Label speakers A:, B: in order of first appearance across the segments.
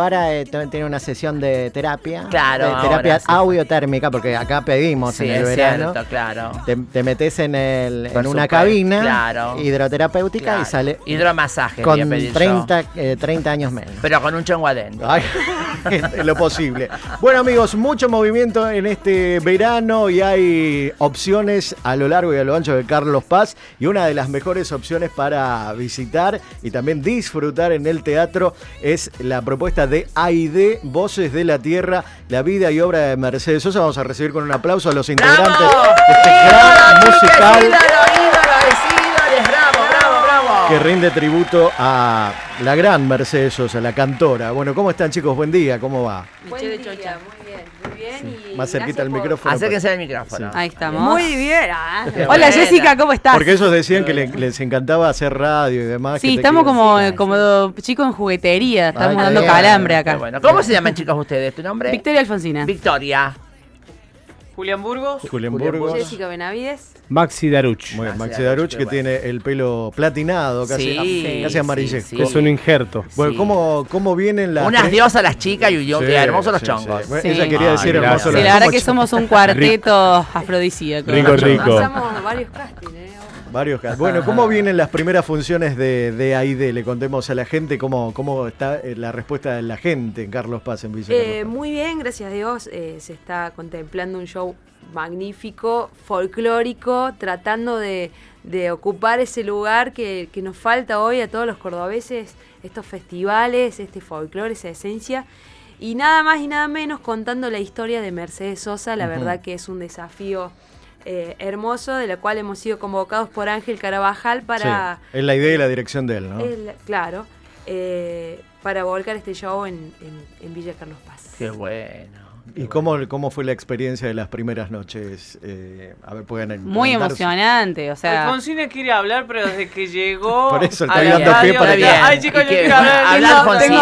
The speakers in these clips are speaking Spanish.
A: ahora eh, t- tiene una sesión de terapia.
B: Claro,
A: de terapia
B: ahora sí.
A: audiotérmica, porque acá pedimos
B: Sí,
A: en el
B: es
A: verano.
B: cierto, claro.
A: Te, te metes en, el,
B: Por
A: en una
B: supuesto,
A: cabina
B: claro.
A: hidroterapéutica
B: Claro.
A: y sale
B: Hidromasaje, voy a
A: con
B: pedir yo.
A: 30, eh, 30 años menos.
B: Pero con un chongo adentro.
A: Ay, lo posible. Bueno amigos, mucho movimiento en este verano y hay opciones a lo largo y a lo ancho de Carlos Paz y una de las mejores opciones para visitar y también disfrutar en el teatro es la propuesta de AID, Voces de la Tierra, la vida y obra de Mercedes Sosa. Vamos a recibir con un aplauso a los integrantes de este gran
B: ¡Ídolo, chicos,
A: musical
B: ídolo, ídolo, es ídolo, es bravo, bravo, bravo!
A: que rinde tributo a la gran Mercedes Sosa, la cantora. Bueno, ¿cómo están chicos? Buen día, ¿cómo va?
C: Buen
D: Michelle
C: día,
D: Chocha.
C: muy bien, muy bien. Y
A: Más cerquita
C: gracias
A: al
C: por-
A: micrófono.
B: Acérquense al micrófono.
A: Sí.
D: Ahí estamos.
C: Muy bien. ah.
B: Bueno.
D: Hola Jessica, ¿cómo estás?
A: Porque ellos decían que le- les encantaba hacer radio y demás. Ah, que
D: sí,
A: te
D: estamos
A: quieren-
D: como,
B: eh,
D: como chicos en juguetería, estamos
A: qué
D: dando
A: bien,
D: calambre
B: Qué
D: acá.
B: bueno. ¿Cómo se llaman, chicos, ustedes? ¿Tu nombre?
D: Victoria Alfonsina.
B: Victoria.
E: Julián Burgos.
A: Julián
B: Julián
A: Burgos.
B: Burgos.
C: Jessica Benavides.
F: Maxi Daruch.
A: Muy bien, Maxi
B: Maxi
A: Daruch,
B: Daruch,
A: que
B: qué bueno.
A: tiene el pelo platinado, casi,
B: Sí,
A: casi
B: sí,
A: amarillo.
B: sí.
F: Es un injerto.
A: Bueno,
B: Sí.
A: ¿cómo, ¿cómo vienen las.
B: Unas
A: tres-
B: diosas las chicas y, un-
A: Sí,
B: y hermosos los
A: sí,
B: chongos. Ah,
A: sí. Bueno,
D: Sí.
A: Ella quería
B: Ay,
A: decir
F: gracias.
A: hermosos
D: Sí,
A: los
D: la verdad
A: chongos.
D: que somos un cuarteto afrodisíaco.
F: Rico, rico.
C: Pasamos varios castings, ¿eh?
A: Varios casos. Bueno, ¿cómo vienen las primeras funciones de, de AID? Le contemos a la gente cómo, cómo está eh, la respuesta de la gente en Carlos Paz en Villa.
C: Eh,
A: Carlos Paz.
C: muy bien, gracias a Dios. eh, se está contemplando un show magnífico, folclórico, tratando de, de ocupar ese lugar que, que nos falta hoy a todos los cordobeses, estos festivales, este folclore, esa esencia. Y nada más y nada menos contando la historia de Mercedes Sosa, la verdad que es un desafío eh, hermoso, de la cual hemos sido convocados por Ángel Carabajal para...
A: Sí, es la idea y la dirección de él, ¿no?
C: el- claro, eh, para volcar este show en, en- en Villa Carlos Paz.
B: Qué bueno.
A: ¿Y cómo, cómo fue la experiencia de las primeras noches? Eh, a ver, pueden
D: Muy
A: contar-
D: emocionante, o sea,
E: Alfonsina quiere hablar, pero desde que llegó.
A: Por eso,
E: a
A: está
E: la
A: dando pie
E: radio,
A: para
E: está-
A: que-
E: Ay, chicos,
B: Y
E: yo
B: que-
E: quiero hablar.
B: habla
E: Tengo-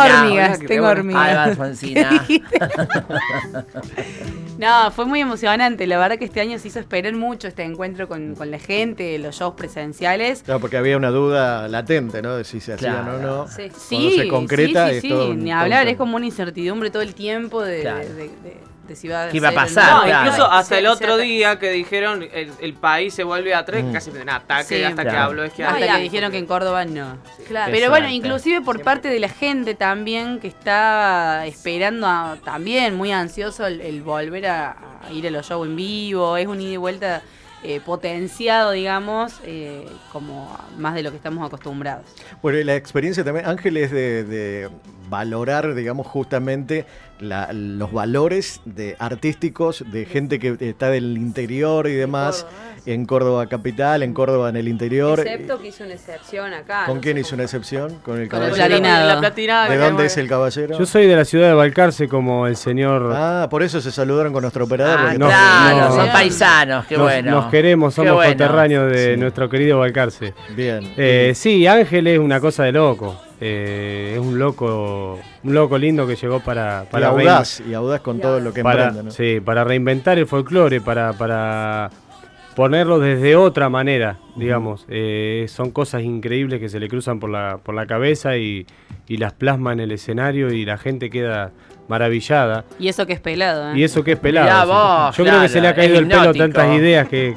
B: Alfonsina.
D: tengo hormigas, tengo hormigas.
B: Alba Alfonsina.
D: no, fue muy emocionante. La verdad que este año se hizo esperar mucho este encuentro con, con la gente, los shows presenciales.
A: Claro, porque había una duda latente, ¿no? De si se hacían
B: Claro.
A: o no.
C: Sí.
A: Cuando se concreta
D: sí, sí,
A: es
D: sí,
A: todo un-
D: ni
A: todo
D: hablar,
A: un-
D: es como una incertidumbre todo el tiempo de,
B: Claro.
D: de- de- de- de si va a
B: ¿Qué iba a
D: ser o
B: pasar?
E: No,
B: Claro.
E: incluso hasta el
C: Sí,
E: otro
C: sí.
E: día que dijeron el, el país se vuelve a
A: Mm.
E: tres, casi me dio un ataque
D: Sí.
E: hasta que
B: Claro.
E: habló. Es que
D: Hasta
C: Ay,
D: que
C: ay.
D: dijeron que en Córdoba no.
C: Claro.
D: Pero bueno,
B: Exacto.
D: inclusive por parte de la gente también que estaba esperando a- también muy ansioso el, el volver a, a ir a los shows en vivo, es un ida y vuelta eh, potenciado, digamos, eh, como más de lo que estamos acostumbrados.
A: Bueno, y la experiencia también, Ángel, es de, de valorar, digamos, justamente la- los valores de artísticos, de gente que está del interior y demás, en Córdoba capital, en Córdoba en el interior.
C: Excepto que hizo una excepción acá.
A: eh, ¿Con
C: Ah, no
A: quién
C: sé
A: hizo
C: cómo.
A: una excepción? ¿Con el
D: Con el
A: caballero?
D: platinado.
E: La platinada. eh,
A: ¿De dónde es el caballero?
F: Yo soy de la ciudad de Balcarce como el señor.
A: Ah, por eso se saludaron con nuestro operador.
B: Ah,
A: porque
F: no,
B: claro,
F: no.
B: son paisanos, qué
F: nos,
B: bueno.
F: nos queremos,
B: Qué
F: somos
B: bueno.
F: coterráneos de
A: Sí.
F: nuestro querido Balcarce.
A: Bien.
F: Eh, sí, Ángel es una cosa de loco. Eh, es un loco, un loco lindo que llegó para,
A: para
F: para rein-
A: audaz, y audaz con todo lo que
F: para,
A: emprende, ¿no?
F: sí, para reinventar el folclore, para, para ponerlo desde otra manera, digamos. Eh, son cosas increíbles que se le cruzan por la, por la cabeza y, y las plasma en el escenario y la gente queda maravillada.
D: Y eso que es pelado, ¿eh?
F: Y eso que es
B: Ah. Mirá
F: pelado. sí.
B: vos,
F: Yo creo que se le ha
B: claro,
F: caído
B: es
F: el pelo
B: hipnótico.
F: tantas ideas que,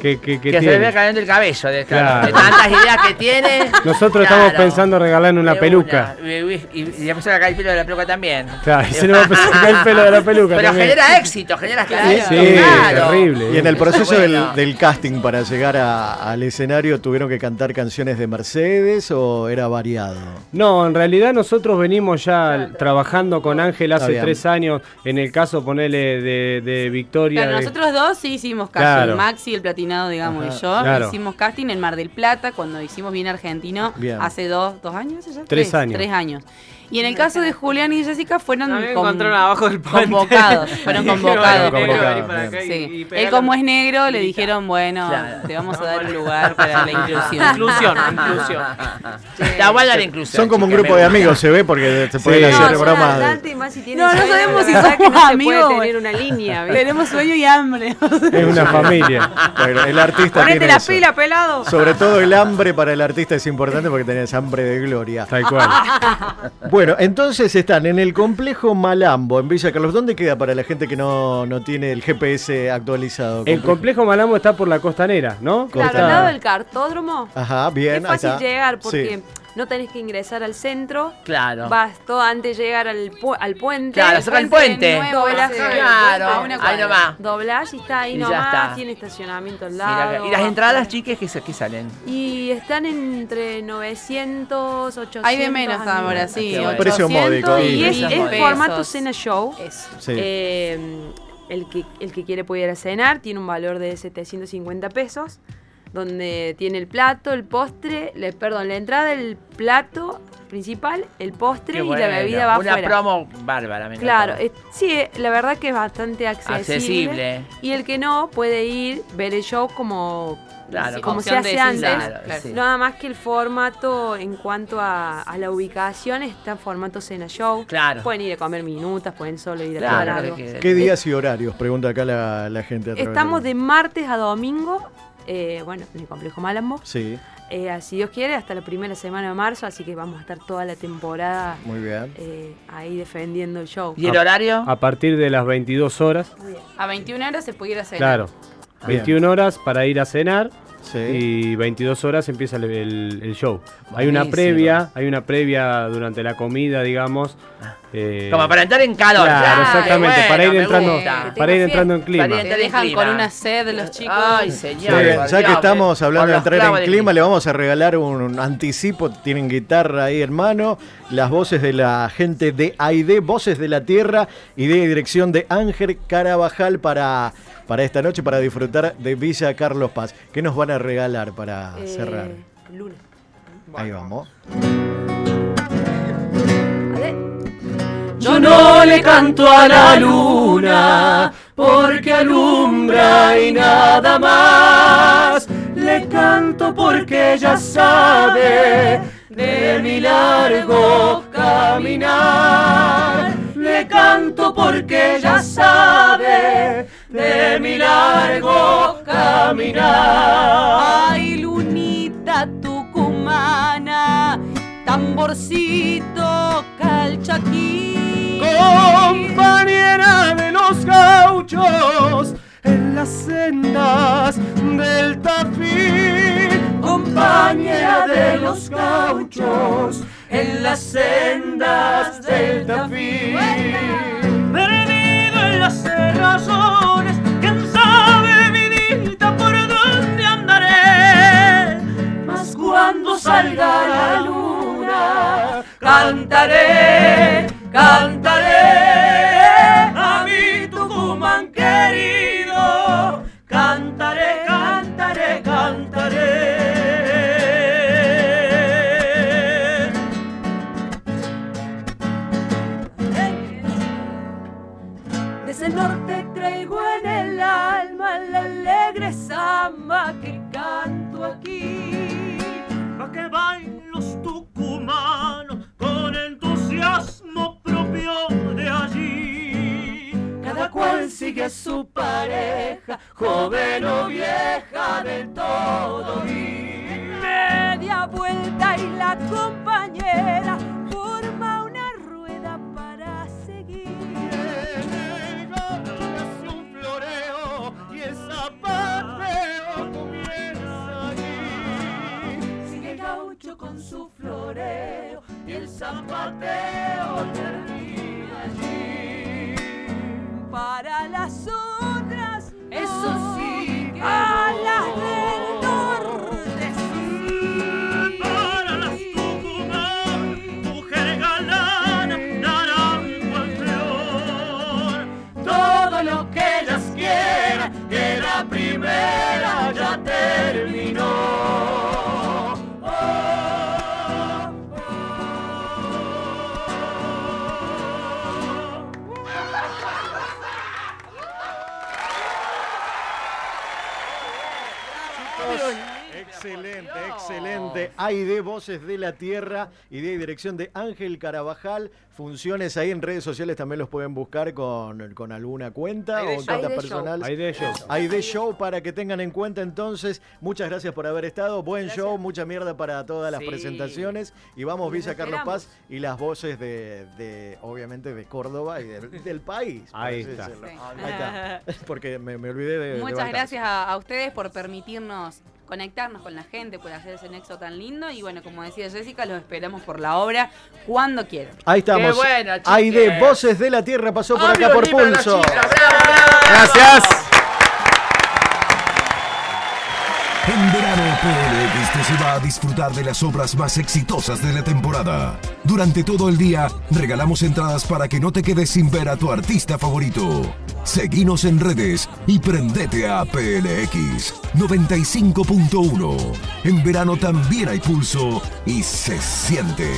F: que, que- que
B: Que se le
F: tiene.
B: ve cayendo el cabello de,
F: Claro.
B: de tantas ideas que tiene.
F: Nosotros
B: Claro.
F: estamos pensando regalarle una
B: De
F: peluca.
B: una. Y, y- y le empezó a caer el pelo de la peluca también.
F: Claro, y se le va a empezar a caer el pelo de la peluca
B: Pero
F: también.
B: genera éxito, genera éxito.
F: Sí, terrible.
A: Y en el
B: Eso
A: proceso
B: es
A: del,
B: bueno.
A: del casting para llegar a- al escenario, ¿tuvieron que cantar canciones de Mercedes o era variado?
F: No, en realidad nosotros venimos ya trabajando con Ángel
A: Está
F: hace
A: bien.
F: tres años, en el caso ponele de, de Victoria.
D: Claro,
F: de-
D: nosotros dos sí hicimos casting,
F: Claro.
D: Maxi, el platinado, digamos,
A: Ajá,
D: y yo.
F: claro.
D: Hicimos casting en Mar del Plata cuando hicimos Bien Argentino
A: Bien.
D: hace dos, dos años, ¿ya?
F: Tres años.
D: Tres años. Y en el caso de Julián y Jessica fueron
E: A mí me
D: con-
E: encontraron abajo del puente.
D: convocados, fueron
E: Dijeron,
D: convocados.
E: "Negro,
A: Convocados,
E: vení para acá y- y
D: Sí. Él
E: pegala".
D: como es negro le dijeron, bueno,
B: Claro.
D: te vamos a dar un lugar para la inclusión.
E: Inclusión, inclusión.
B: Está buena la inclusión.
A: Son como un
B: chicos,
A: grupo
B: me
A: de
B: gusta.
A: amigos, se ve, porque se
F: Sí.
A: pueden
F: No,
A: hacer
C: son
A: bromas.
C: adelante y más más si tiene
D: No, no
C: sueño,
D: sabemos
C: la
D: si
C: verdad
D: somos
C: que no Se
D: amigos,
C: puede tener
D: bueno.
C: una línea, ¿viste?
D: Tenemos sueño y hambre.
F: Es una familia.
A: Bueno, el artista
C: Ponete
A: tiene
C: la
A: eso.
C: pila, pelado.
A: Sobre todo el hambre para el artista es importante porque tenés hambre de gloria.
F: Tal cual.
A: Bueno, entonces están en el complejo Malambo, en Villa Carlos. ¿Dónde queda para la gente que no, no tiene el GPS actualizado?
F: El complejo Malambo está por la costanera, ¿no?
C: Claro,
A: Corta.
C: al lado del cartódromo.
A: Ajá, bien.
C: es
A: ahí
C: fácil
A: está.
C: llegar porque
A: Sí.
C: no tenés que ingresar al centro.
B: Claro.
C: Vas todo antes de llegar al, pu- al puente.
B: Claro, saca el puente.
C: nuevo,
B: Doblás,
C: ese,
B: Claro,
C: a una
B: ahí
C: cuadra.
B: nomás.
C: Doblás y está ahí
B: Y ya
C: nomás.
B: está.
C: Tiene estacionamiento al
B: Mira
C: lado.
B: acá. Y las entradas,
C: chicos.
B: chicas, que, sa- que salen.
C: Y están entre 900, 800.
D: Hay de menos ahora, sí.
B: Qué bueno.
D: 800
A: Precio módico,
D: y
A: sí.
C: Y es,
B: Esas
C: es
B: modelos.
C: formato cena show.
D: Eso.
A: Sí.
C: Eh, el, que, el que quiere puede ir a cenar, tiene un valor de 750 pesos, donde tiene el plato, el postre, le, perdón, la entrada, el plato principal, el postre
B: Qué
C: y
B: bueno.
C: la bebida va
B: Una
C: afuera.
B: promo bárbara, me encantó.
C: Claro, es- sí, eh, la verdad que es bastante accesible.
B: Accesible.
C: Y el que no puede ir, ver el show como,
B: Claro,
C: como se
D: opción de
C: hace
D: cine.
C: antes.
B: Claro,
D: Claro.
B: sí.
C: Nada más que el formato en cuanto a, a la ubicación está en formato cena show.
B: Claro.
C: Pueden ir a comer minutas, pueden solo ir a tomar
B: Ah, Claro,
C: algo.
B: que-
A: ¿Qué días y horarios? Pregunta acá la, la gente. a través
C: eh, Estamos
A: del-
C: de martes a domingo, eh, bueno, en el complejo Malambo.
A: Sí,
C: Eh, si Dios quiere, hasta la primera semana de marzo, así que vamos a estar toda la temporada
A: muy bien.
C: eh, ahí defendiendo el show.
A: Ah,
B: ¿Y el horario?
F: A partir de las 22 horas,
D: A 21 horas se puede ir a cenar.
F: claro.
A: Bien.
F: 21 horas para ir a cenar
A: Sí.
F: y 22 horas empieza el, el- el show. Hay
B: Buenísimo.
F: una previa, hay una previa durante la comida, digamos. eh,
B: Como Ah. para entrar en calor.
F: Claro,
B: Ah,
F: exactamente,
B: qué
F: para ir
B: bueno, me
F: entrando,
B: gusta.
C: Que
F: para ir
C: tenga
F: entrando en clima.
B: Para ir
D: Te dejan
B: Clima. Ah.
D: con una sed los chicos.
B: Ay,
A: Muy
B: señor.
A: bien,
B: por
A: ya que
B: Dios,
A: estamos
B: por
A: hablando de
B: los
A: entrar
B: clavos
A: en
B: eh, del
A: clima, le vamos a regalar un anticipo. Tienen guitarra ahí, hermano. Las voces de la gente de AID, Voces de la Tierra, idea y dirección de Ángel Carabajal para, para esta noche, para disfrutar de Villa Carlos Paz. ¿Qué nos van a regalar para
C: Eh,
A: cerrar?
C: Luna.
A: Ahí vamos.
D: Yo no le canto a la luna porque alumbra y nada más. Le canto porque ella sabe de mi largo caminar. Le canto porque ella sabe de mi largo caminar. Ay, lunita tucumana, tamborcito calchaquí.
F: compañera de los gauchos en las sendas del Tafí, compañera de los gauchos en las sendas del Tafí.
G: Perdido en las cerrazones, quién sabe, vidita, por dónde andaré.
D: Mas cuando salga la luna, cantaré, cantaré a mi Tucumán querido. Cantaré, cantaré, cantaré.
C: Desde el norte traigo en el alma la alegre samba que canto aquí.
G: Pa' que bailen los tucumanos con entusiasmo propio de allí.
D: Cada cual sigue a su pareja, joven o vieja del todo bien.
C: Media vuelta y la compañera forma una rueda para seguir.
F: un floreo y el zapateo comienza allí.
D: Sigue el gaucho con su floreo y el zapateo termina allí.
C: Para las otras, no.
D: Eso sí que
C: a
D: no.
C: las del norte.
G: Para las tucumanas, mujer galana, naranjo en flor.
D: Todo lo que ellas quieran, que la primera ya terminó.
A: Excelente, Excelente. Hay de Voces de la Tierra y de dirección de Ángel Carabajal. Funciones ahí en redes sociales también los pueden buscar con, con alguna cuenta
E: Hay de
A: o
E: show.
A: cuenta
C: Hay de
A: personal.
F: Hay de ellos.
A: Hay de show para que tengan en cuenta entonces. Muchas gracias por haber estado. Buen show, mucha mierda para todas las
E: Sí.
A: presentaciones. Y vamos,
C: Los
A: Villa Carlos
C: esperamos.
A: Paz y las voces de, de, obviamente, de Córdoba y del- del país. por
F: Ahí
A: así
F: está.
A: decirlo.
D: Sí.
A: Ahí está. Porque me, me olvidé de.
D: Muchas
A: levantar.
D: gracias a, a ustedes por permitirnos conectarnos con la gente, por hacer ese nexo tan lindo. Y bueno, como decía Jessica, los esperamos por la obra cuando quieran.
A: Ahí estamos.
E: Qué bueno,
A: Hay de
E: chiques.
A: Voces de la Tierra pasó por acá por pulso.
F: Gracias.
H: En verano PLX te lleva a disfrutar de las obras más exitosas de la temporada. Durante todo el día regalamos entradas para que no te quedes sin ver a tu artista favorito. Seguinos en redes y prendete a PLX 95.1. En verano también hay pulso y se siente.